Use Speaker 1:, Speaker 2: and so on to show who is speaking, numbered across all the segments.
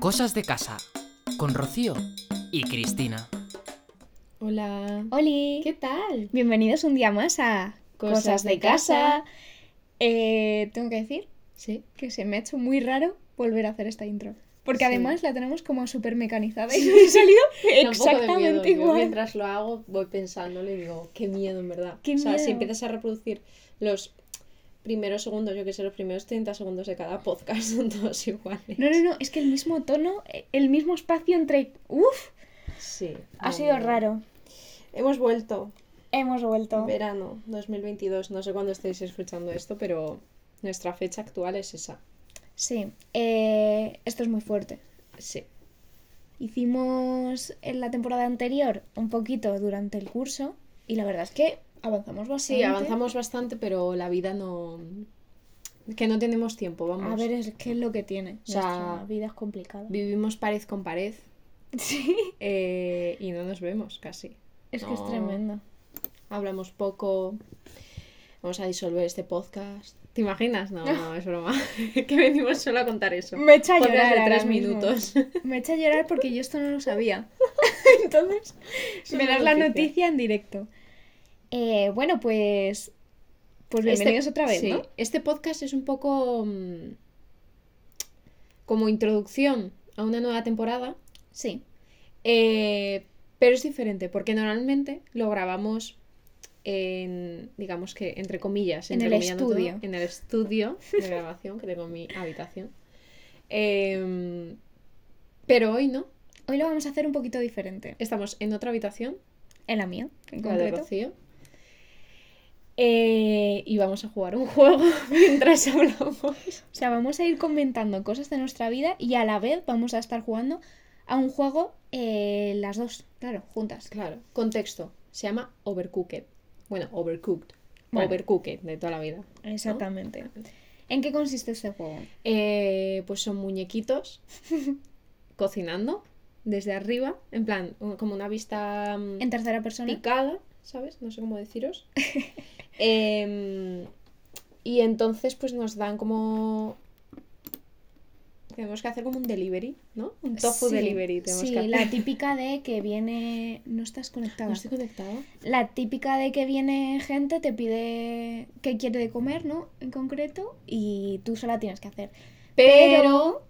Speaker 1: Cosas de casa con Rocío y Cristina.
Speaker 2: Hola.
Speaker 3: ¡Holi!
Speaker 2: ¿Qué tal?
Speaker 3: Bienvenidos un día más a Cosas, de Casa. Eh, tengo que decir
Speaker 2: Sí.
Speaker 3: que se me ha hecho muy raro volver a hacer esta intro. Porque
Speaker 2: Sí.
Speaker 3: además la tenemos como súper mecanizada y me ha salido
Speaker 2: Tampoco de miedo,
Speaker 3: exactamente
Speaker 2: yo
Speaker 3: igual.
Speaker 2: mientras lo hago voy pensándolo y digo, qué miedo en verdad.
Speaker 3: Qué
Speaker 2: o sea, si
Speaker 3: miedo.
Speaker 2: empiezas a reproducir los primeros segundos, yo que sé, los primeros 30 segundos de cada podcast son todos iguales.
Speaker 3: No, no, no, es que el mismo tono, eh, el mismo espacio entre... ¡Uf!
Speaker 2: Sí.
Speaker 3: Ha
Speaker 2: no,
Speaker 3: sido
Speaker 2: no, no.
Speaker 3: raro.
Speaker 2: Hemos vuelto.
Speaker 3: Hemos vuelto.
Speaker 2: Verano 2022. No sé cuándo estáis escuchando esto, pero nuestra fecha actual es esa.
Speaker 3: Sí, eh, esto es muy fuerte.
Speaker 2: Sí.
Speaker 3: Hicimos en la temporada anterior un poquito durante el curso y la verdad es que avanzamos bastante.
Speaker 2: Sí, avanzamos bastante, pero la vida no. Que no tenemos tiempo, vamos.
Speaker 3: A ver, es que es lo que tiene.
Speaker 2: O sea,
Speaker 3: Nuestra vida es complicada.
Speaker 2: Vivimos pared con pared
Speaker 3: Sí.
Speaker 2: eh, y no nos vemos casi.
Speaker 3: Es que
Speaker 2: No.
Speaker 3: es tremendo.
Speaker 2: Hablamos poco. Vamos a disolver este podcast. ¿Te imaginas? No, no, es broma. que venimos solo a contar eso.
Speaker 3: Me echa a
Speaker 2: Podcast
Speaker 3: llorar.
Speaker 2: de
Speaker 3: ahora
Speaker 2: tres
Speaker 3: mismo.
Speaker 2: minutos.
Speaker 3: Me echa a llorar porque yo esto no lo sabía. Entonces,
Speaker 2: Es
Speaker 3: me
Speaker 2: una
Speaker 3: das la
Speaker 2: noticia.
Speaker 3: noticia en directo. Eh, bueno, pues. Pues
Speaker 2: Este-
Speaker 3: bienvenidos otra vez,
Speaker 2: sí,
Speaker 3: ¿no?
Speaker 2: Este podcast es un poco mm, como introducción a una nueva temporada.
Speaker 3: Sí.
Speaker 2: Eh, pero es diferente, porque normalmente lo grabamos en, digamos que, entre comillas,
Speaker 3: En el
Speaker 2: entrecomillando todo,
Speaker 3: estudio.
Speaker 2: en el estudio de grabación que tengo en mi habitación. Em, pero hoy no,
Speaker 3: Hoy lo vamos a hacer un poquito diferente.
Speaker 2: estamos en otra habitación,
Speaker 3: En la mía, en
Speaker 2: la de
Speaker 3: concreto.
Speaker 2: Rocío. Eh, y vamos a jugar un juego mientras hablamos.
Speaker 3: O sea, vamos a ir comentando cosas de nuestra vida y a la vez vamos a estar jugando a un juego eh, las dos, claro, juntas.
Speaker 2: Claro, contexto. Se llama Overcooked. Bueno, Overcooked.
Speaker 3: Bueno.
Speaker 2: Overcooked de toda la vida.
Speaker 3: Exactamente. ¿En qué consiste este juego?
Speaker 2: Eh, pues son muñequitos cocinando desde arriba, en plan, un- como una vista mm,
Speaker 3: En tercera persona.
Speaker 2: picada, ¿sabes? No sé cómo deciros. Em, y entonces, pues nos dan como. Tenemos que hacer como un delivery, ¿no? Un tofu
Speaker 3: Sí,
Speaker 2: delivery. Tenemos
Speaker 3: sí,
Speaker 2: que hacer.
Speaker 3: la típica de que viene. No estás conectado.
Speaker 2: No estoy conectado.
Speaker 3: La típica de que viene gente, te pide qué quiere de comer, ¿no? En concreto, y tú sola tienes que hacer.
Speaker 2: Pero.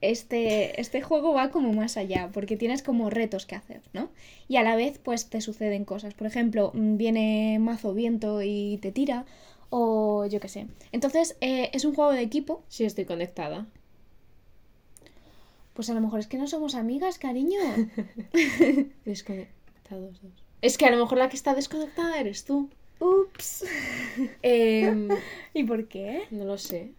Speaker 3: Este, este juego va como más allá, porque tienes como retos que hacer, ¿no? Y a la vez, pues te suceden cosas. Por ejemplo, mm, viene mazo viento y te tira, o yo qué sé. Entonces, eh, es un juego de equipo.
Speaker 2: Sí, estoy conectada.
Speaker 3: Pues a lo mejor es que no somos amigas, cariño.
Speaker 2: Desconectados dos. Es que a lo mejor la que está desconectada eres tú.
Speaker 3: Ups.
Speaker 2: Em,
Speaker 3: ¿Y por qué?
Speaker 2: no lo sé.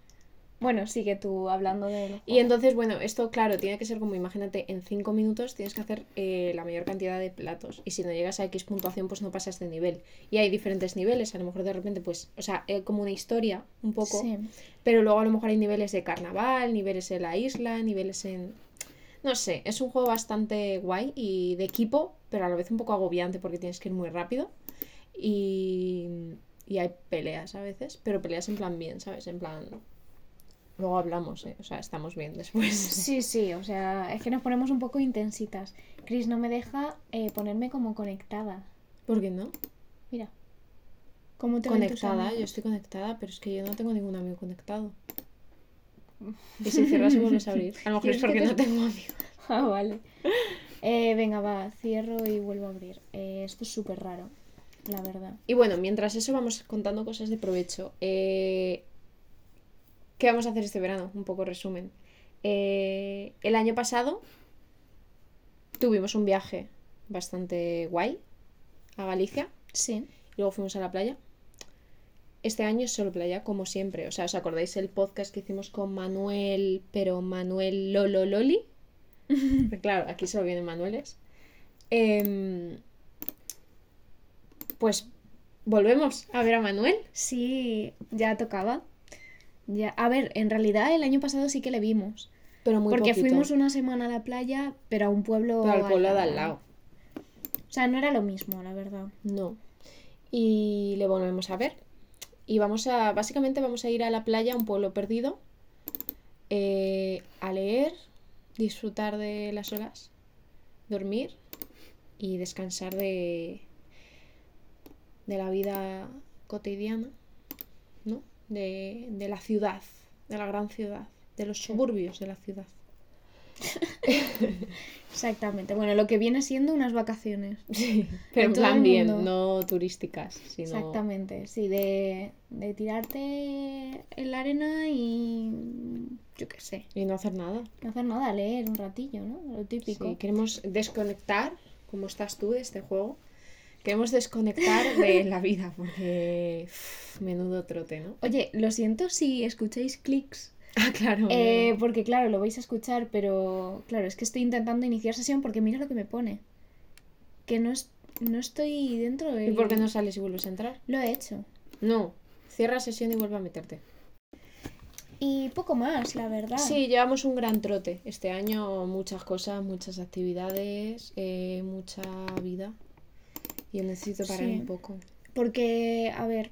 Speaker 3: Bueno, sigue tú hablando de...
Speaker 2: Y entonces, bueno, esto, claro, tiene que ser como, imagínate, en 5 minutos tienes que hacer eh, la mayor cantidad de platos. Y si no llegas a X puntuación, pues no pasas de nivel. Y hay diferentes niveles, a lo mejor de repente, pues, o sea, eh, como una historia, un poco.
Speaker 3: Sí.
Speaker 2: Pero luego a lo mejor hay niveles de carnaval, niveles en la isla, niveles en... No sé, es un juego bastante guay y de equipo, pero a la vez un poco agobiante porque tienes que ir muy rápido. Y, y hay peleas a veces, pero peleas en plan bien, ¿sabes? En plan... Luego hablamos, ¿eh? o sea, estamos bien después.
Speaker 3: sí, sí, o sea, es que nos ponemos un poco intensitas. Chris no me deja eh, ponerme como conectada.
Speaker 2: ¿Por qué no?
Speaker 3: Mira. ¿Cómo te ven tus
Speaker 2: Conectada,
Speaker 3: amigos?
Speaker 2: yo estoy conectada, pero es que yo no tengo ningún amigo conectado. Y si cierras y vuelves a abrir. A lo mejor
Speaker 3: Tienes
Speaker 2: es
Speaker 3: que
Speaker 2: porque
Speaker 3: te-
Speaker 2: no tengo amigos.
Speaker 3: Ah, vale. Eh, venga, va, cierro y vuelvo a abrir. Eh, esto es súper raro, la verdad.
Speaker 2: Y bueno, mientras eso vamos contando cosas de provecho. Eh, ¿Qué vamos a hacer este verano? Un poco resumen. Eh, el año pasado tuvimos un viaje bastante guay a Galicia.
Speaker 3: Sí.
Speaker 2: Luego fuimos a la playa. Este año es solo playa, como siempre. O sea, ¿os acordáis el podcast que hicimos con Manuel, pero Manuel Lolo Loli? claro, aquí solo vienen Manueles. Em, pues volvemos a ver a Manuel.
Speaker 3: Sí, ya tocaba. Ya. A ver, en realidad el año pasado sí que le vimos.
Speaker 2: Pero muy
Speaker 3: porque
Speaker 2: poquito.
Speaker 3: fuimos una semana a la playa, pero a un pueblo...
Speaker 2: Pero al pueblo de
Speaker 3: lado.
Speaker 2: al lado.
Speaker 3: O sea, no era lo mismo, la verdad.
Speaker 2: No. Y le volvemos a ver. Y vamos a, básicamente vamos a ir a la playa, a un pueblo perdido, eh, a leer, disfrutar de las olas, dormir y descansar de, de la vida cotidiana, ¿no? De, de la ciudad, de la gran ciudad, de los suburbios de la ciudad.
Speaker 3: Exactamente. Bueno, lo que viene siendo unas vacaciones.
Speaker 2: Pero
Speaker 3: en
Speaker 2: en
Speaker 3: todo el
Speaker 2: plan bien,
Speaker 3: mundo.
Speaker 2: no turísticas, sino...
Speaker 3: Exactamente, sí, de, de tirarte en la arena y yo qué sé,
Speaker 2: Y no hacer nada.
Speaker 3: no hacer nada, leer un ratillo, ¿no? Lo típico.
Speaker 2: Sí, queremos desconectar, como estás tú de este juego. Queremos desconectar de la vida, porque uf, menudo trote, ¿no?
Speaker 3: Oye, lo siento si escucháis clics,
Speaker 2: Ah, claro.
Speaker 3: eh, porque claro, lo vais a escuchar, pero claro, es que estoy intentando iniciar sesión porque mira lo que me pone. Que no, es- no estoy dentro de...
Speaker 2: ¿Y por qué no sales y vuelves a entrar?
Speaker 3: Lo he hecho.
Speaker 2: No, cierra sesión y vuelve a meterte.
Speaker 3: Y poco más, la verdad.
Speaker 2: Sí, llevamos un gran trote. Este año muchas cosas, muchas actividades, eh, mucha vida. Y necesito parar
Speaker 3: Sí.
Speaker 2: un poco.
Speaker 3: Porque, a ver,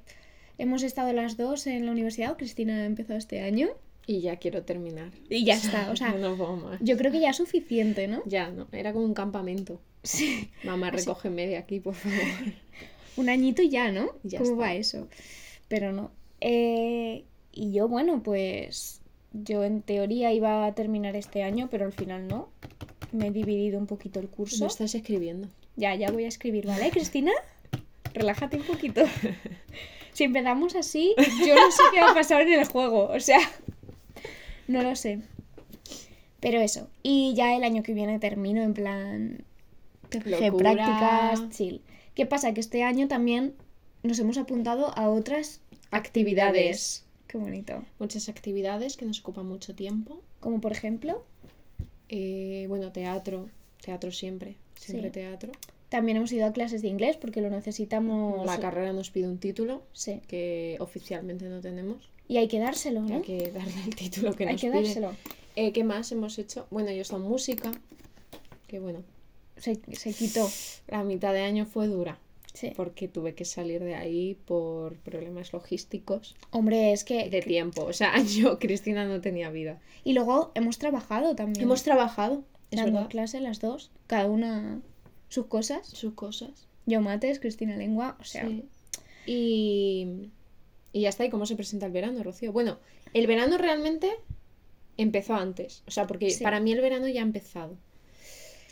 Speaker 3: hemos estado las dos en la universidad, Cristina empezó este año
Speaker 2: Y ya quiero terminar.
Speaker 3: y ya está, o sea,
Speaker 2: no puedo más.
Speaker 3: yo creo que ya es suficiente, ¿no?
Speaker 2: Ya, no, era como un campamento.
Speaker 3: Sí.
Speaker 2: Mamá,
Speaker 3: Así-
Speaker 2: recógeme de aquí, por favor.
Speaker 3: Un añito y ya, ¿no?
Speaker 2: Ya
Speaker 3: ¿Cómo
Speaker 2: está.
Speaker 3: va eso? Pero no. Eh, y yo, bueno, pues yo en teoría iba a terminar este año, pero al final no. Me he dividido un poquito el curso.
Speaker 2: No estás escribiendo.
Speaker 3: Ya, ya voy a escribir, ¿vale, Cristina? Relájate un poquito. Si empezamos así, yo no sé qué va a pasar en el juego, o sea, no lo sé. Pero eso, y ya el año que viene termino en plan de
Speaker 2: Locura.
Speaker 3: prácticas chill. ¿Qué pasa? Que este año también nos hemos apuntado a otras actividades. Qué bonito.
Speaker 2: Muchas actividades que nos ocupan mucho tiempo.
Speaker 3: Como por ejemplo,
Speaker 2: Eh, bueno, teatro. Teatro siempre. Siempre
Speaker 3: Sí.
Speaker 2: teatro.
Speaker 3: también hemos ido a clases de inglés porque lo necesitamos.
Speaker 2: La carrera nos pide un título
Speaker 3: Sí.
Speaker 2: que oficialmente no tenemos.
Speaker 3: Y hay que dárselo, ¿no?
Speaker 2: Hay que darle el título que
Speaker 3: Hay
Speaker 2: nos
Speaker 3: que
Speaker 2: pide.
Speaker 3: dárselo.
Speaker 2: Eh, ¿Qué más hemos hecho? Bueno, yo he estado en música. Que bueno,
Speaker 3: Se, se quitó.
Speaker 2: la mitad de año fue dura.
Speaker 3: Sí.
Speaker 2: Porque tuve que salir de ahí por problemas logísticos
Speaker 3: Hombre, es
Speaker 2: de
Speaker 3: que...
Speaker 2: tiempo. O sea, yo, Cristina, no tenía vida.
Speaker 3: Y luego hemos trabajado también.
Speaker 2: Hemos trabajado, es
Speaker 3: dando
Speaker 2: verdad.
Speaker 3: clase las dos, cada una sus cosas.
Speaker 2: Sus cosas.
Speaker 3: Yo mates, Cristina lengua, o sea...
Speaker 2: Sí. Y, y ya está. ¿Y cómo se presenta el verano, Rocío? Bueno, el verano realmente empezó antes. O sea, porque
Speaker 3: Sí.
Speaker 2: para mí el verano ya ha empezado.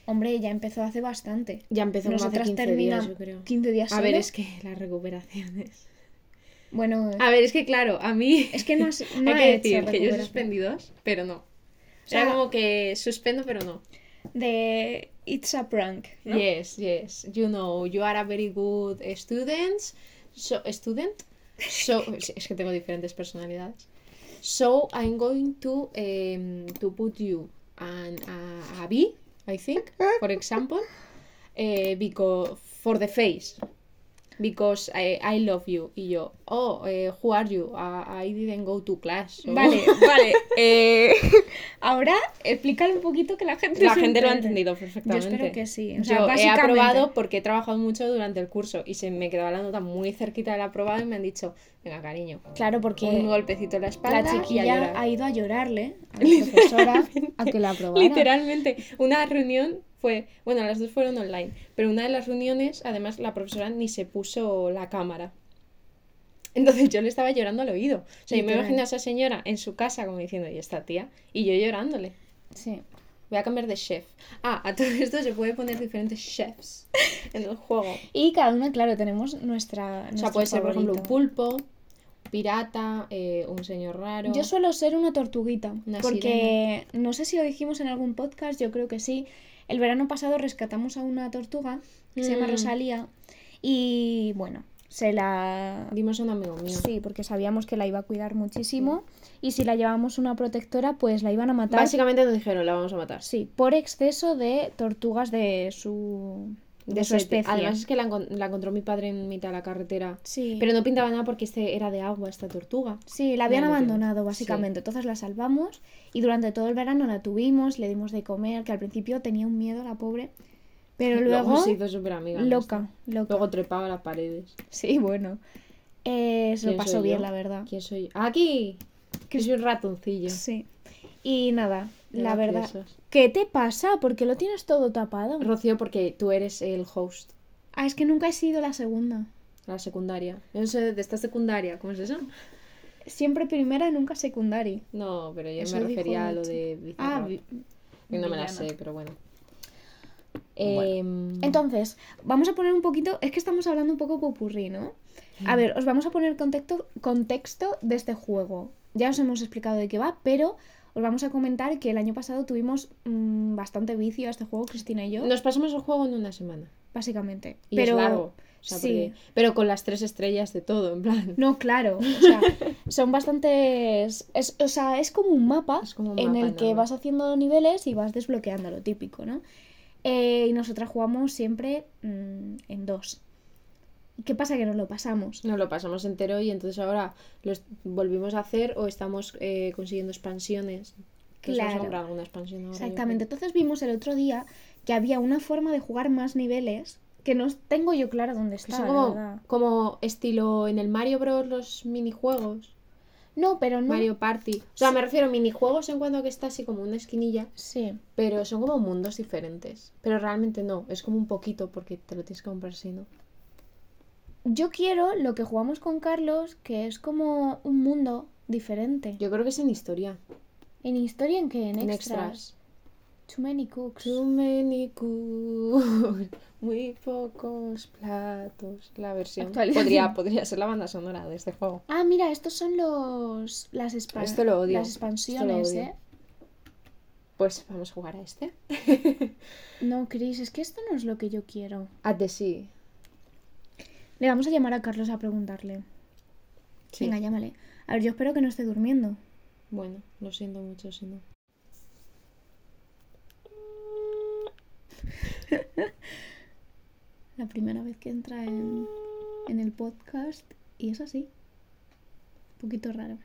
Speaker 3: Hombre, ya empezó hace bastante.
Speaker 2: Ya empezó como hace
Speaker 3: Nosotras
Speaker 2: 15
Speaker 3: terminamos
Speaker 2: días, yo creo.
Speaker 3: 15 días
Speaker 2: A ver,
Speaker 3: solo.
Speaker 2: es que las recuperaciones.
Speaker 3: Bueno,
Speaker 2: A ver, es que claro, a mí.
Speaker 3: es que no, has- no
Speaker 2: hay
Speaker 3: ha
Speaker 2: que
Speaker 3: hecho
Speaker 2: decir que yo
Speaker 3: recuperación. Ah.
Speaker 2: suspendí dos, pero no. O
Speaker 3: sea,
Speaker 2: sea, como que suspendo, pero no.
Speaker 3: De It's a Prank, ¿no?
Speaker 2: Yes, yes. You know, you are a very good students. So, student. So, es que tengo diferentes personalidades. So I'm going to em, to put you an a, a B, I think, for example, eh, because for the face. Because I, I love you. Y yo, oh, eh, who are you? Ah, I, I didn't go to class. Oh. so-
Speaker 3: Vale, vale. eh, Ahora explícale un poquito que la gente
Speaker 2: La
Speaker 3: se
Speaker 2: gente lo ha
Speaker 3: entere.
Speaker 2: entendido perfectamente.
Speaker 3: Yo espero que sí. O sea,
Speaker 2: Yo he
Speaker 3: básicamente-
Speaker 2: aprobado porque he trabajado mucho durante el curso y se me quedaba la nota muy cerquita del aprobado y me han dicho, venga cariño,
Speaker 3: Claro, porque
Speaker 2: un golpecito en la espalda
Speaker 3: la
Speaker 2: y a
Speaker 3: chiquilla
Speaker 2: llorar".
Speaker 3: ha ido a llorarle a la profesora a que la aprobara.
Speaker 2: Literalmente, una reunión fue, bueno, las dos fueron online, pero una de las reuniones, además, la profesora ni se puso la cámara. Entonces yo le estaba llorando al oído. O sea, yo me
Speaker 3: Literal.
Speaker 2: imagino a esa señora en su casa como diciendo, y esta tía, y yo llorándole.
Speaker 3: Sí.
Speaker 2: Voy a cambiar de chef. Ah, a todo esto se puede poner diferentes chefs en el juego.
Speaker 3: Y cada una, claro, tenemos nuestra.
Speaker 2: O sea, puede ser, por ejemplo, un pulpo, un pirata, eh, un señor raro.
Speaker 3: Yo suelo ser una tortuguita.
Speaker 2: Una
Speaker 3: porque no sé si lo dijimos en algún podcast, yo creo que sí. El verano pasado rescatamos a una tortuga que se llama
Speaker 2: Mm.
Speaker 3: Rosalía. Y bueno, se la.
Speaker 2: Dimos a un amigo mío.
Speaker 3: Sí, porque sabíamos que la iba a cuidar muchísimo. Y si la llevábamos a una protectora, pues la iban a matar.
Speaker 2: Básicamente nos dijeron, la vamos a matar.
Speaker 3: Sí, por exceso de tortugas de su. de, su
Speaker 2: ese-
Speaker 3: especie.
Speaker 2: Además es que la, encon- la encontró mi padre en mitad de la carretera.
Speaker 3: sí.
Speaker 2: Pero no pintaba nada porque este era de agua, esta tortuga.
Speaker 3: Sí, la habían
Speaker 2: No, no tiene.
Speaker 3: abandonado básicamente, entonces la salvamos y durante todo el verano la tuvimos, le dimos de comer, que al principio tenía un miedo la pobre, pero luego,
Speaker 2: se hizo súper amiga.
Speaker 3: loca, loca.
Speaker 2: Luego trepaba las paredes.
Speaker 3: Sí, bueno. Eh, se lo
Speaker 2: ¿Quién
Speaker 3: pasó
Speaker 2: soy
Speaker 3: bien,
Speaker 2: yo?
Speaker 3: la verdad.
Speaker 2: ¿Quién soy yo? ¡Aquí! Que soy un ratoncillo.
Speaker 3: Sí. Y nada, la verdad.
Speaker 2: Graciosos.
Speaker 3: ¿Qué te pasa? ¿Por qué lo tienes todo tapado?
Speaker 2: Rocío, porque tú eres el host,
Speaker 3: Ah, es que nunca he sido la segunda.
Speaker 2: la secundaria. Yo no sé, de esta secundaria, ¿cómo es eso?
Speaker 3: Siempre primera, nunca secundaria.
Speaker 2: No, pero yo
Speaker 3: Eso
Speaker 2: me
Speaker 3: dijo
Speaker 2: refería a
Speaker 3: una
Speaker 2: lo
Speaker 3: chica.
Speaker 2: de
Speaker 3: Ah,
Speaker 2: Bizarrap.
Speaker 3: vi-
Speaker 2: Que no me la
Speaker 3: villano.
Speaker 2: sé, pero bueno.
Speaker 1: Bueno.
Speaker 2: Em,
Speaker 3: Entonces, vamos a poner un poquito, es que estamos hablando un poco popurrí, ¿no? A ver, os vamos a poner contexto, contexto de este juego. Ya os hemos explicado de qué va, pero os vamos a comentar que el año pasado tuvimos mm, bastante vicio a este juego, Cristina y yo,
Speaker 2: nos pasamos el juego en una semana.
Speaker 3: básicamente.
Speaker 2: Y
Speaker 3: pero
Speaker 2: es largo. o sea,
Speaker 3: sí.
Speaker 2: porque- pero con las tres estrellas de todo, en plan.
Speaker 3: No, claro. O sea, son bastantes. es- o sea, es como un mapa
Speaker 2: Es como un
Speaker 3: en
Speaker 2: mapa
Speaker 3: el
Speaker 2: nada
Speaker 3: que
Speaker 2: más.
Speaker 3: vas haciendo niveles y vas desbloqueando lo típico, ¿no? Eh, y nosotras jugamos siempre mm, en dos. ¿Y ¿Qué pasa? Que nos lo pasamos.
Speaker 2: Nos lo pasamos entero y entonces ahora lo est- volvimos a hacer o estamos eh, consiguiendo expansiones. Que os vamos a
Speaker 3: Claro.
Speaker 2: comprar alguna expansión ahora, yo creo.
Speaker 3: Exactamente. Entonces vimos el otro día que había una forma de jugar más niveles que no tengo yo clara dónde
Speaker 2: Que
Speaker 3: está.
Speaker 2: son
Speaker 3: la
Speaker 2: como,
Speaker 3: verdad.
Speaker 2: como estilo en el Mario Bros. los minijuegos.
Speaker 3: No, pero no.
Speaker 2: Mario Party. O sea, me refiero a minijuegos en cuanto a que está así como una esquinilla.
Speaker 3: Sí.
Speaker 2: Pero son como mundos diferentes. Pero realmente no, es como un poquito porque te lo tienes que comprar si no.
Speaker 3: Yo quiero lo que jugamos con Carlos, que es como un mundo diferente.
Speaker 2: Yo creo que es en historia.
Speaker 3: ¿En historia en qué? En
Speaker 2: En
Speaker 3: extras.
Speaker 2: extras.
Speaker 3: Too many cooks.
Speaker 2: Too many cooks, muy pocos platos. La versión
Speaker 3: Actualización.
Speaker 2: podría, podría ser la banda sonora de este juego.
Speaker 3: Ah, mira, estos son los las, expan-
Speaker 2: Esto lo odio,
Speaker 3: las expansiones,
Speaker 2: esto lo odio.
Speaker 3: ¿eh?
Speaker 2: Pues vamos a jugar a este.
Speaker 3: No, Chris, es que esto no es lo que yo quiero.
Speaker 2: At the sea.
Speaker 3: Le vamos a llamar a Carlos a preguntarle.
Speaker 2: Sí.
Speaker 3: Venga, llámale. A ver, yo espero que no esté durmiendo.
Speaker 2: Bueno, lo siento mucho si no.
Speaker 3: La primera vez que entra en, en el podcast y es así. Un poquito raro.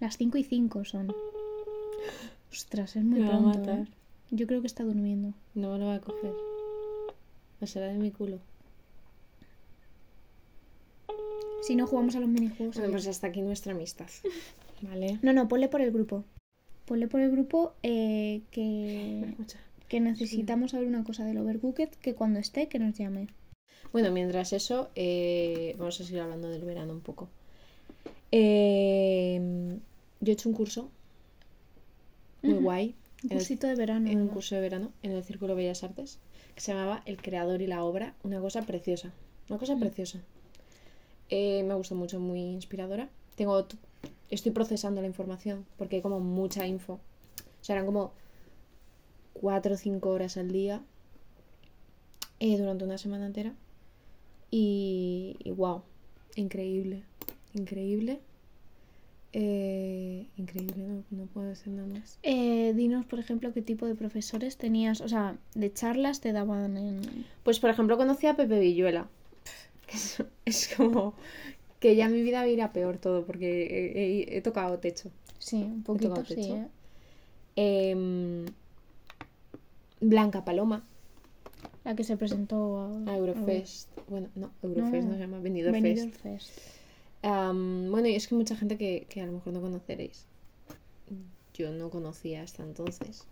Speaker 3: Las 5 y 5 son. Ostras, es muy
Speaker 2: Me va a
Speaker 3: pronto.
Speaker 2: matar.
Speaker 3: ¿eh? Yo creo que está durmiendo.
Speaker 2: No me lo va a coger. O será de mi culo.
Speaker 3: Si no, jugamos a los minijuegos.
Speaker 2: Bueno,
Speaker 3: hoy.
Speaker 2: pues hasta aquí nuestra amistad. Vale.
Speaker 3: No, no, ponle por el grupo. Ponle por el grupo eh, que,
Speaker 2: Escucha.
Speaker 3: que necesitamos saber una cosa del Overcooked, que cuando esté, que nos llame.
Speaker 2: Bueno, mientras eso, eh, vamos a seguir hablando del verano un poco. Eh, yo he hecho un curso muy
Speaker 3: Ujú.
Speaker 2: guay
Speaker 3: Un
Speaker 2: El-
Speaker 3: cursito de verano.
Speaker 2: en un
Speaker 3: además.
Speaker 2: curso de verano en el Círculo de Bellas Artes que se llamaba El creador y la obra, una cosa preciosa, una cosa
Speaker 3: Mm.
Speaker 2: preciosa. Eh, me gustó mucho, muy inspiradora. Tengo, t- estoy procesando la información porque hay como mucha info. O sea, eran como 4 o 5 horas al día eh, durante una semana entera. Y, wow, increíble, increíble. Eh, increíble, no, no puedo decir nada más.
Speaker 3: Eh, dinos, por ejemplo, qué tipo de profesores tenías. O sea, de charlas te daban en...
Speaker 2: Pues por ejemplo conocí a Pepe Villuela. Que es, es como que ya mi vida irá peor todo porque he, he- he tocado techo.
Speaker 3: Sí, un poquito,
Speaker 2: tocado
Speaker 3: sí.
Speaker 2: techo.
Speaker 3: ¿eh?
Speaker 2: Em, Blanca Paloma,
Speaker 3: La que se presentó a...
Speaker 2: a Ah, Eurofest. Bueno, no, Eurofest
Speaker 3: No.
Speaker 2: no se llama, Venidor
Speaker 3: Benidorm
Speaker 2: Fest.
Speaker 3: Fest.
Speaker 2: Am, bueno, y es que hay mucha gente que, que a lo mejor no conoceréis. Yo no conocía hasta entonces.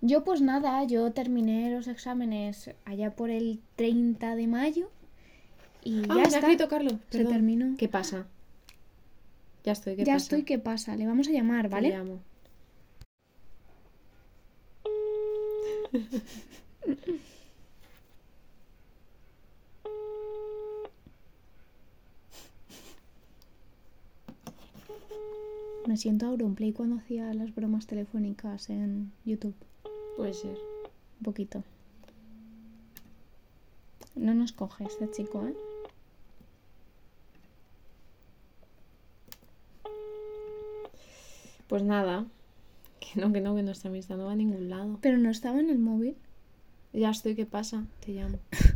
Speaker 3: Yo pues nada, yo terminé los exámenes allá por el 30 de mayo y
Speaker 2: Ah,
Speaker 3: ya
Speaker 2: me ha
Speaker 3: está.
Speaker 2: escrito Carlos.
Speaker 3: Se
Speaker 2: perdón.
Speaker 3: terminó.
Speaker 2: ¿Qué pasa? Ya estoy, ¿qué
Speaker 3: ya
Speaker 2: pasa?
Speaker 3: estoy, ¿qué pasa? Le vamos a
Speaker 2: Te
Speaker 3: llamar, ¿vale?
Speaker 2: llamo.
Speaker 3: Me siento Auronplay cuando hacía las bromas telefónicas en YouTube.
Speaker 2: Puede ser.
Speaker 3: Un poquito. No nos coge este chico, ¿eh?
Speaker 2: Pues nada. Que no, que no, que nuestra amistad no va a ningún lado.
Speaker 3: Pero no estaba en el móvil.
Speaker 2: Ya estoy, ¿qué pasa? Te llamo.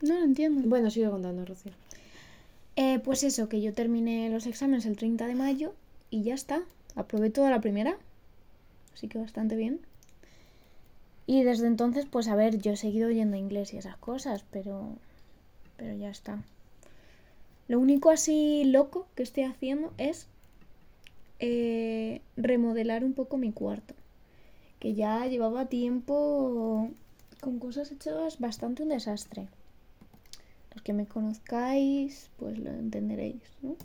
Speaker 3: No lo entiendo.
Speaker 2: Bueno, sigue contando, Rocío.
Speaker 3: Eh, pues eso, que yo terminé los exámenes el 30 de mayo y ya está. Aprobé toda la primera. Así que bastante bien. Y desde entonces, pues a ver, yo he seguido oyendo inglés y esas cosas, pero. Pero ya está. Lo único así loco que estoy haciendo es eh, remodelar un poco mi cuarto. Que ya llevaba tiempo con cosas hechas bastante un desastre. Los que me conozcáis, pues lo entenderéis, ¿no?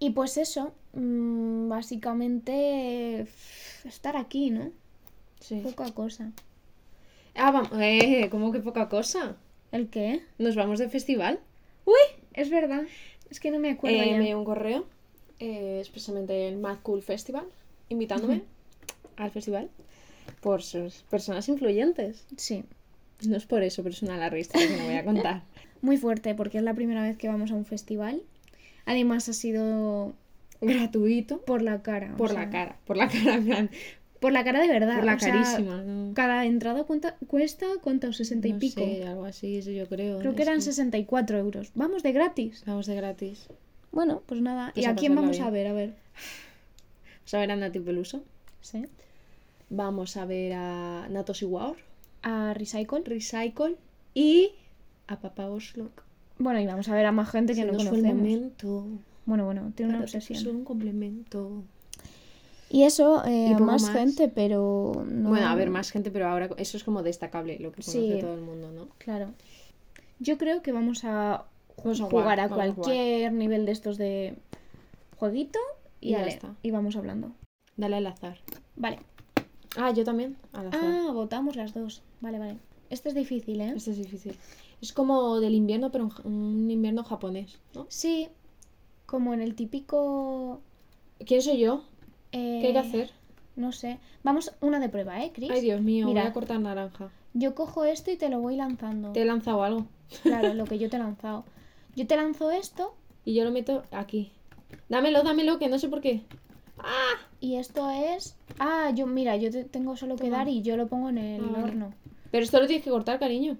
Speaker 3: Y pues eso, mm, básicamente f- estar aquí, ¿no?
Speaker 2: Sí.
Speaker 3: Poca cosa.
Speaker 2: Ah, vamos. Eh, ¿Cómo que poca cosa?
Speaker 3: ¿El qué?
Speaker 2: ¿Nos vamos de festival?
Speaker 3: Es verdad. Es que no me acuerdo
Speaker 2: Eh,
Speaker 3: ya.
Speaker 2: me dio un correo, eh, expresamente el Mad Cool Festival, invitándome al festival por sus personas influyentes.
Speaker 3: Sí.
Speaker 2: No es por eso, pero es una larga historia que no voy a contar.
Speaker 3: Muy fuerte porque es la primera vez que vamos a un festival. Además ha sido
Speaker 2: Gratuito.
Speaker 3: por la cara. o
Speaker 2: Por
Speaker 3: sea,
Speaker 2: la cara, por la cara, en plan,
Speaker 3: Por la cara de verdad.
Speaker 2: por la
Speaker 3: o sea,
Speaker 2: carísima. ¿no?
Speaker 3: cada entrada cuenta- cuesta, ¿cuánto? 60 y
Speaker 2: No
Speaker 3: pico.
Speaker 2: sé, algo así, eso yo creo.
Speaker 3: Creo
Speaker 2: es
Speaker 3: que eran 64 euros. Vamos de gratis.
Speaker 2: Vamos de gratis.
Speaker 3: Bueno, pues nada.
Speaker 2: Pues
Speaker 3: ¿Y
Speaker 2: a
Speaker 3: a quién
Speaker 2: pasarla
Speaker 3: vamos
Speaker 2: bien.
Speaker 3: a ver? A ver.
Speaker 2: Vamos a ver a Nati Peluso.
Speaker 3: Sí.
Speaker 2: Vamos a ver a Natos Iguaor,
Speaker 3: A Recycle.
Speaker 2: Recycle y a Papá Oslo.
Speaker 3: Bueno, y vamos a ver a más gente que no
Speaker 2: nos fue el
Speaker 3: conocemos.
Speaker 2: momento.
Speaker 3: Bueno, bueno, tiene una
Speaker 2: para ti
Speaker 3: obsesión.
Speaker 2: Solo un complemento.
Speaker 3: Y eso, eh,
Speaker 2: Y
Speaker 3: a
Speaker 2: poco
Speaker 3: más,
Speaker 2: más.
Speaker 3: gente, pero. no-
Speaker 2: Bueno, a ver, más gente, pero ahora eso es como destacable, lo que
Speaker 3: Sí.
Speaker 2: conoce todo el mundo, ¿no?
Speaker 3: Claro. Yo creo que vamos a
Speaker 2: Vamos a
Speaker 3: jugar,
Speaker 2: jugar,
Speaker 3: a
Speaker 2: vamos a jugar.
Speaker 3: cualquier nivel de estos de jueguito y,
Speaker 2: Y ya
Speaker 3: ale,
Speaker 2: está.
Speaker 3: y vamos hablando.
Speaker 2: Dale al azar.
Speaker 3: Vale.
Speaker 2: Ah, yo también, al azar.
Speaker 3: Ah, votamos las dos. Vale, vale. Este es difícil, ¿eh?
Speaker 2: Este es difícil. Es como del invierno, pero un ja- un invierno japonés, ¿no?
Speaker 3: Sí, como en el típico...
Speaker 2: ¿Quién soy yo?
Speaker 3: eh,
Speaker 2: ¿Qué hay que hacer?
Speaker 3: No sé. Vamos, una de prueba, ¿eh, Chris?
Speaker 2: Ay, Dios mío,
Speaker 3: Mira.
Speaker 2: voy a cortar naranja.
Speaker 3: Yo cojo esto y te lo voy lanzando.
Speaker 2: Te he lanzado algo.
Speaker 3: Claro, lo que yo te he lanzado. Yo te lanzo esto
Speaker 2: Y yo lo meto aquí. Dámelo, dámelo, que no sé por qué.
Speaker 3: y esto es... Ah, yo mira, yo te tengo solo que
Speaker 2: Toma.
Speaker 3: dar y yo lo pongo en el
Speaker 2: Ah, vale.
Speaker 3: horno.
Speaker 2: Pero esto lo tienes que cortar, cariño.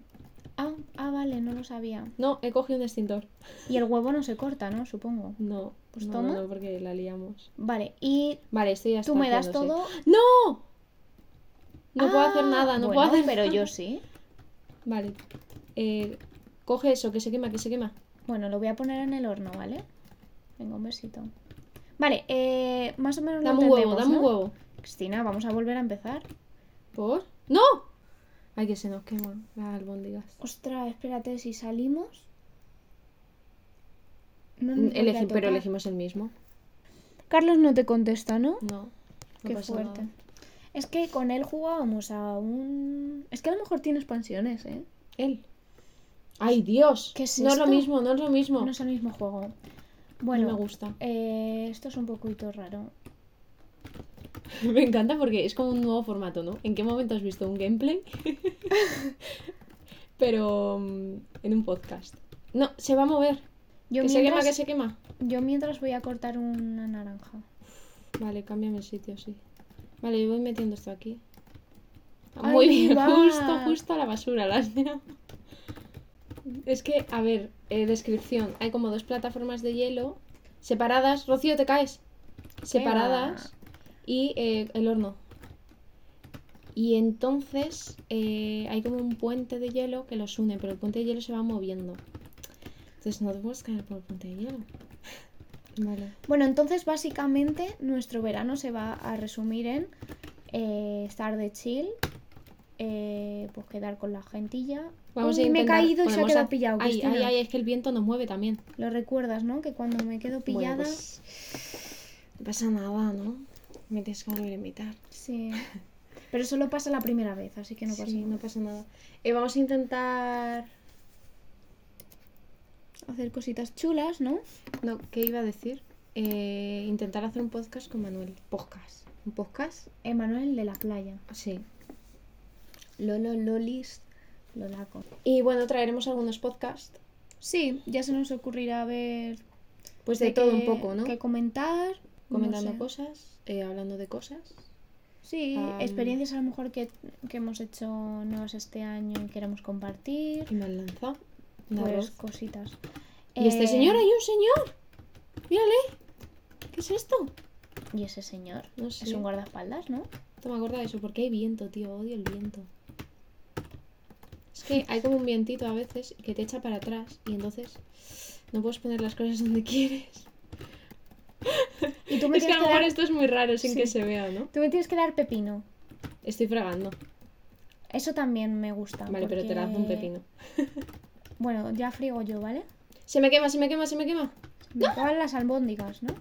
Speaker 3: Ah, ah, vale, no lo sabía.
Speaker 2: No, he cogido un extintor.
Speaker 3: Y el huevo no se corta, ¿no? Supongo.
Speaker 2: No,
Speaker 3: Pues
Speaker 2: no,
Speaker 3: toma.
Speaker 2: no, no, porque la liamos.
Speaker 3: Vale, y
Speaker 2: Vale, esto ya está.
Speaker 3: tú me das
Speaker 2: haciéndose.
Speaker 3: todo.
Speaker 2: ¡No! No puedo
Speaker 3: Ah,
Speaker 2: hacer nada, no
Speaker 3: bueno,
Speaker 2: puedo hacer
Speaker 3: Pero
Speaker 2: nada.
Speaker 3: yo sí.
Speaker 2: Vale. Eh, coge eso, que se quema, que se quema.
Speaker 3: Bueno, lo voy a poner en el horno, ¿vale? Venga, un besito. Vale, eh, más o menos lo
Speaker 2: Dame un huevo,
Speaker 3: entendemos,
Speaker 2: dame un
Speaker 3: ¿no?
Speaker 2: huevo.
Speaker 3: Cristina, vamos a volver a empezar.
Speaker 2: ¿Por? ¡No! Ay, que se nos quema las albóndigas.
Speaker 3: Ostras, espérate, si salimos. No nos vuelve a
Speaker 2: Elegi- pero
Speaker 3: tocar.
Speaker 2: elegimos el mismo.
Speaker 3: Carlos no te contesta, ¿no?
Speaker 2: No. no
Speaker 3: Qué
Speaker 2: pasa
Speaker 3: fuerte.
Speaker 2: nada.
Speaker 3: Es que con él jugábamos a un. Es que a lo mejor tiene expansiones, ¿eh?
Speaker 2: Él. ¡Ay, Dios!
Speaker 3: ¿Qué es
Speaker 2: no es lo
Speaker 3: esto?
Speaker 2: mismo, no es lo mismo.
Speaker 3: No es el mismo juego.
Speaker 2: No
Speaker 3: Bueno,
Speaker 2: me gusta.
Speaker 3: eh, esto es un poquito raro.
Speaker 2: Me encanta porque es como un nuevo formato, ¿no? ¿En qué momento has visto un gameplay? Pero mm, en un podcast. No, se va a mover.
Speaker 3: Yo
Speaker 2: que se quema,
Speaker 3: mientras,
Speaker 2: que se quema.
Speaker 3: yo mientras voy a cortar una naranja.
Speaker 2: Vale, cámbiame el sitio, sí. Vale, yo voy metiendo esto aquí.
Speaker 3: Ay,
Speaker 2: Muy bien,
Speaker 3: mira.
Speaker 2: justo, justo a la basura, las Es que, a ver, eh, descripción. Hay como dos plataformas de hielo separadas. Rocío, te caes. Separadas. Y eh, el horno. Y entonces eh, hay como un puente de hielo que los une, pero el puente de hielo se va moviendo. Entonces no te puedes caer por el puente de hielo. Vale.
Speaker 3: Bueno, entonces básicamente nuestro verano se va a resumir en eh, estar de chill, eh, pues quedar con la gentilla.
Speaker 2: Vamos
Speaker 3: Uy,
Speaker 2: a
Speaker 3: me he
Speaker 2: intentar-
Speaker 3: caído y se ha
Speaker 2: podemos
Speaker 3: quedado
Speaker 2: hacer-
Speaker 3: pillado.
Speaker 2: Ay,
Speaker 3: Cristina.
Speaker 2: ay, ay, es que el viento nos mueve también.
Speaker 3: Lo recuerdas, ¿no? Que cuando me quedo pillada.
Speaker 2: Bueno, pues, no pasa nada, ¿no? Me tienes que volver a invitar.
Speaker 3: Sí. Pero solo pasa la primera vez, así que no
Speaker 2: Sí,
Speaker 3: pasa
Speaker 2: no pasa nada. Eh, vamos a intentar...
Speaker 3: nada. Hacer cositas chulas, ¿no?
Speaker 2: No, ¿qué iba a decir? Eh, intentar hacer un podcast con Manuel. Podcast. ¿Un podcast?
Speaker 3: Emanuel de la playa.
Speaker 2: Sí. Lolo, Lolis.
Speaker 3: Lo laco.
Speaker 2: Y bueno, traeremos algunos podcasts.
Speaker 3: Sí, ya se nos ocurrirá ver.
Speaker 2: Pues de,
Speaker 3: qué-
Speaker 2: todo un poco, ¿no?
Speaker 3: qué comentar. no
Speaker 2: Comentando
Speaker 3: sé.
Speaker 2: cosas, Ah, mm. eh, hablando de cosas.
Speaker 3: Sí,
Speaker 2: Am.
Speaker 3: experiencias a lo mejor que, que hemos hecho nuevas este año y queremos compartir.
Speaker 2: Y me han lanzado. una
Speaker 3: Pues
Speaker 2: roz.
Speaker 3: cositas.
Speaker 2: ¿Y este
Speaker 3: Eh,
Speaker 2: señor? ¡Hay un señor! ¡Mírale! ¿Qué es esto?
Speaker 3: Y ese señor.
Speaker 2: No sé.
Speaker 3: Es un guardaespaldas, ¿no?
Speaker 2: No me acuerdo de eso, porque hay viento, tío. Odio el viento. Es que hay como un vientito a veces que te echa para atrás y entonces No puedes poner las cosas donde quieres.
Speaker 3: Y tú me,
Speaker 2: Es que a lo
Speaker 3: tienes que,
Speaker 2: mejor
Speaker 3: dar,
Speaker 2: esto es muy raro sin
Speaker 3: Sí.
Speaker 2: que se vea, ¿no?
Speaker 3: tú me tienes que dar pepino.
Speaker 2: Estoy fregando.
Speaker 3: Eso también me gusta.
Speaker 2: Vale, pero te
Speaker 3: Ah, porque- eh,
Speaker 2: lanzo un pepino.
Speaker 3: Bueno, ya friego yo, ¿vale?
Speaker 2: Se me quema, se me quema, se me quema.
Speaker 3: Me acaban las albóndigas, ¿no?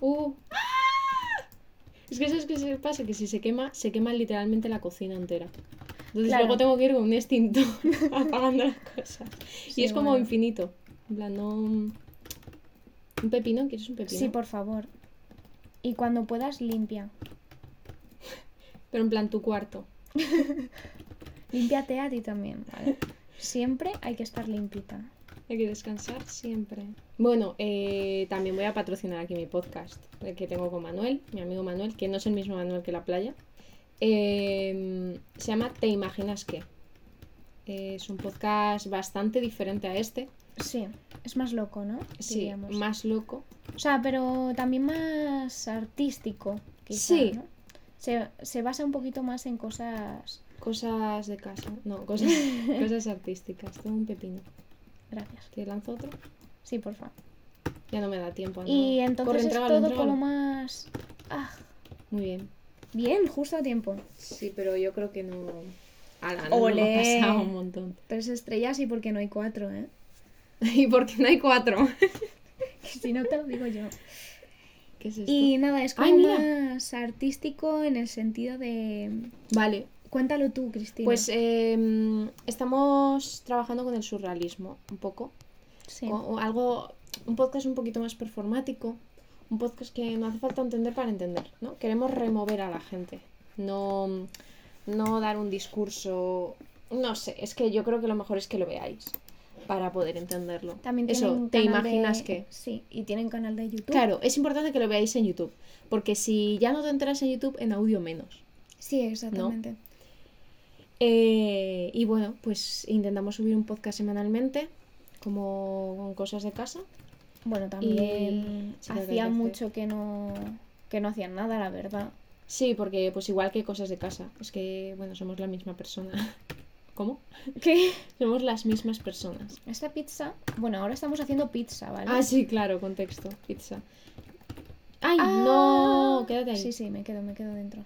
Speaker 2: Uh. Es que sabes que se pasa que si se quema, se quema literalmente la cocina entera. Entonces
Speaker 3: Claro.
Speaker 2: luego tengo que ir con un extintor apagando las cosas.
Speaker 3: Sí,
Speaker 2: y es como
Speaker 3: bueno.
Speaker 2: infinito. En plan, no. ¿Un pepino? ¿Quieres un pepino?
Speaker 3: Sí, por favor. Y cuando puedas, limpia.
Speaker 2: Pero en plan tu cuarto.
Speaker 3: Límpiate a ti también, ¿vale? Siempre hay que estar limpita.
Speaker 2: Hay que descansar siempre. Bueno, eh, también voy a patrocinar aquí mi podcast el que tengo con Manuel, mi amigo Manuel, que no es el mismo Manuel que la playa. Eh, se llama Te imaginas qué. Es un podcast bastante diferente a este.
Speaker 3: Sí, es más loco, ¿no?
Speaker 2: Sí,
Speaker 3: Diríamos.
Speaker 2: más loco.
Speaker 3: O sea, pero también más artístico, quizá,
Speaker 2: Sí.
Speaker 3: ¿no? Se, se basa un poquito más en cosas...
Speaker 2: Cosas de casa. No, cosas, cosas artísticas. Tengo un pepino.
Speaker 3: Gracias.
Speaker 2: ¿Te lanzo otro?
Speaker 3: Sí, por favor.
Speaker 2: Ya no me da tiempo. anda.
Speaker 3: Y
Speaker 2: Corre,
Speaker 3: entonces
Speaker 2: entrégalo,
Speaker 3: es todo
Speaker 2: entrégalo.
Speaker 3: con lo más... Ah,
Speaker 2: Muy bien.
Speaker 3: bien, justo a tiempo.
Speaker 2: Sí, pero yo creo que no. Ala, no, no me ha
Speaker 3: Olé.
Speaker 2: pasado un montón.
Speaker 3: Tres estrellas y porque no hay cuatro, ¿eh?
Speaker 2: ¿Y por qué no hay cuatro?
Speaker 3: Si no te lo digo yo.
Speaker 2: ¿Qué es esto?
Speaker 3: Y nada, es como
Speaker 2: Ay, mira.
Speaker 3: más artístico en el sentido de...
Speaker 2: Vale,
Speaker 3: Cuéntalo tú, Cristina.
Speaker 2: pues eh, estamos trabajando con el surrealismo un poco.
Speaker 3: Sí.
Speaker 2: O- o algo, un podcast un poquito más performático, un podcast que no hace falta entender para entender, ¿no? Queremos remover a la gente, no, no dar un discurso, no sé, es que yo creo que lo mejor es que lo veáis para poder entenderlo.
Speaker 3: También
Speaker 2: Eso,
Speaker 3: tienen
Speaker 2: ¿te
Speaker 3: canal de-
Speaker 2: imaginas que?
Speaker 3: Sí, y tienen canal de YouTube.
Speaker 2: Claro, es importante que lo veáis en YouTube, porque si ya no te enteras en YouTube, en audio menos.
Speaker 3: Sí, exactamente.
Speaker 2: Eh, y bueno, pues intentamos subir un podcast semanalmente, como con cosas de casa.
Speaker 3: Bueno, también
Speaker 2: sí, creo que hay
Speaker 3: hacía
Speaker 2: que hacer.
Speaker 3: mucho que no, que no hacían nada, la verdad.
Speaker 2: Sí, porque pues igual que cosas de casa. Es que, bueno, somos la misma persona. ¿Cómo?
Speaker 3: ¿Qué?
Speaker 2: Somos las mismas personas.
Speaker 3: Esta pizza... Bueno, ahora estamos haciendo pizza, ¿vale?
Speaker 2: Ah, sí, claro, contexto. Pizza. ¡Ay,
Speaker 3: Ah.
Speaker 2: no! Quédate ahí.
Speaker 3: Sí, sí, me quedo, me quedo dentro.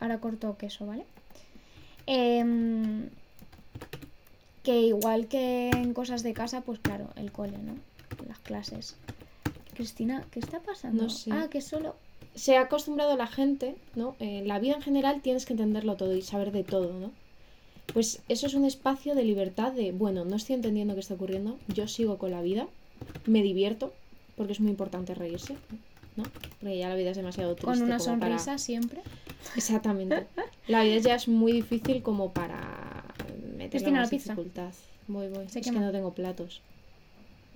Speaker 3: Ahora corto queso, ¿vale? Em, que igual que en cosas de casa, pues claro, el cole, ¿no? Las clases. Cristina, ¿qué está pasando?
Speaker 2: No sé.
Speaker 3: Ah, que solo...
Speaker 2: Se ha acostumbrado la gente, ¿no? En la vida en general tienes que entenderlo todo y saber de todo, ¿no? Pues eso es un espacio de libertad de, bueno, no estoy entendiendo qué está ocurriendo, yo sigo con la vida, me divierto, porque es muy importante reírse, ¿no? Porque ya la vida es demasiado triste.
Speaker 3: Con una
Speaker 2: como para-
Speaker 3: sonrisa siempre.
Speaker 2: Exactamente. La vida ya es muy difícil como para meterle
Speaker 3: Cristina,
Speaker 2: más
Speaker 3: la pizza.
Speaker 2: dificultad. Voy, voy.
Speaker 3: Se
Speaker 2: es
Speaker 3: quema.
Speaker 2: que no tengo platos.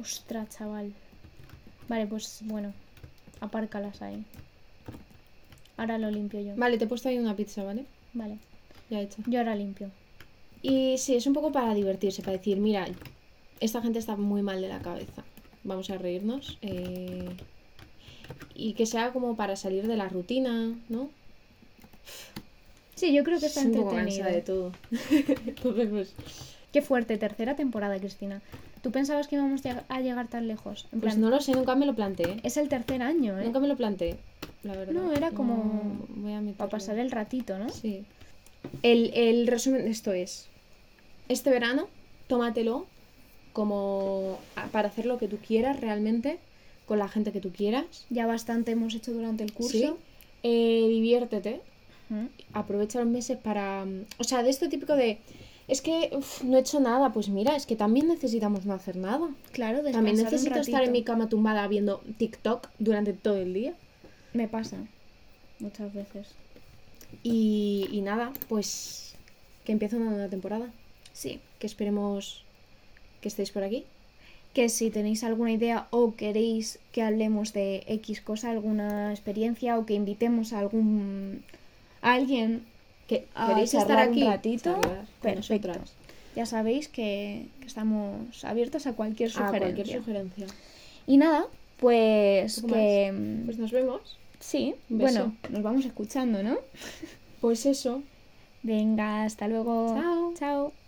Speaker 3: Ostras, chaval. Vale, pues bueno. Apárcalas ahí. Ahora lo limpio yo.
Speaker 2: Vale, te he puesto ahí una pizza, ¿vale?
Speaker 3: Vale.
Speaker 2: Ya hecha.
Speaker 3: Yo ahora limpio.
Speaker 2: Y sí, es un poco para divertirse, para decir, mira, esta gente está muy mal de la cabeza. Vamos a reírnos. eh, Y que sea como para salir de la rutina, ¿no?
Speaker 3: Sí, yo creo que está
Speaker 2: Estoy un poco cansada de
Speaker 3: entretenido.
Speaker 2: todo. Entonces, pues,
Speaker 3: Qué fuerte, tercera temporada, Cristina. ¿Tú pensabas que íbamos lleg- a llegar tan lejos? En
Speaker 2: pues
Speaker 3: plan,
Speaker 2: no lo sé, nunca me lo planteé.
Speaker 3: es el tercer año, ¿eh?
Speaker 2: Nunca me lo planteé, la verdad.
Speaker 3: No, era como
Speaker 2: voy a
Speaker 3: Para
Speaker 2: meterlo.
Speaker 3: pasar el ratito, ¿no?
Speaker 2: Sí. El, el resumen de esto es, este verano, tómatelo como a- para hacer lo que tú quieras realmente, con la gente que tú quieras.
Speaker 3: Ya bastante hemos hecho durante el curso. ¿Mm?
Speaker 2: Sí. Eh, diviértete,
Speaker 3: Ujú.
Speaker 2: aprovecha los meses para... mm, O sea, de esto típico de, es que uf, no he hecho nada, pues mira, es que también necesitamos no hacer nada.
Speaker 3: Claro, descansar
Speaker 2: También
Speaker 3: un
Speaker 2: necesito estar en mi
Speaker 3: ratito.
Speaker 2: cama tumbada viendo TikTok durante todo el día.
Speaker 3: Me pasa. Muchas veces.
Speaker 2: Y, y nada, pues que empiece una nueva temporada.
Speaker 3: Sí.
Speaker 2: que esperemos que estéis por aquí.
Speaker 3: que si tenéis alguna idea o queréis que hablemos de X cosa, alguna experiencia o que invitemos a algún a alguien,
Speaker 2: Ah, Que
Speaker 3: A
Speaker 2: queréis estar
Speaker 3: charlar un
Speaker 2: aquí
Speaker 3: ratito,
Speaker 2: charlar con
Speaker 3: perfecto.
Speaker 2: nosotras.
Speaker 3: ya sabéis que, que estamos abiertos a cualquier
Speaker 2: a
Speaker 3: sugerencia.
Speaker 2: Ah, cualquier sugerencia.
Speaker 3: Y nada, pues
Speaker 2: ¿Algo más?
Speaker 3: que
Speaker 2: Pues nos vemos.
Speaker 3: sí,
Speaker 2: un beso.
Speaker 3: bueno, nos vamos escuchando, ¿no?
Speaker 2: Pues eso.
Speaker 3: Venga, hasta luego.
Speaker 2: Chao.
Speaker 3: Chao.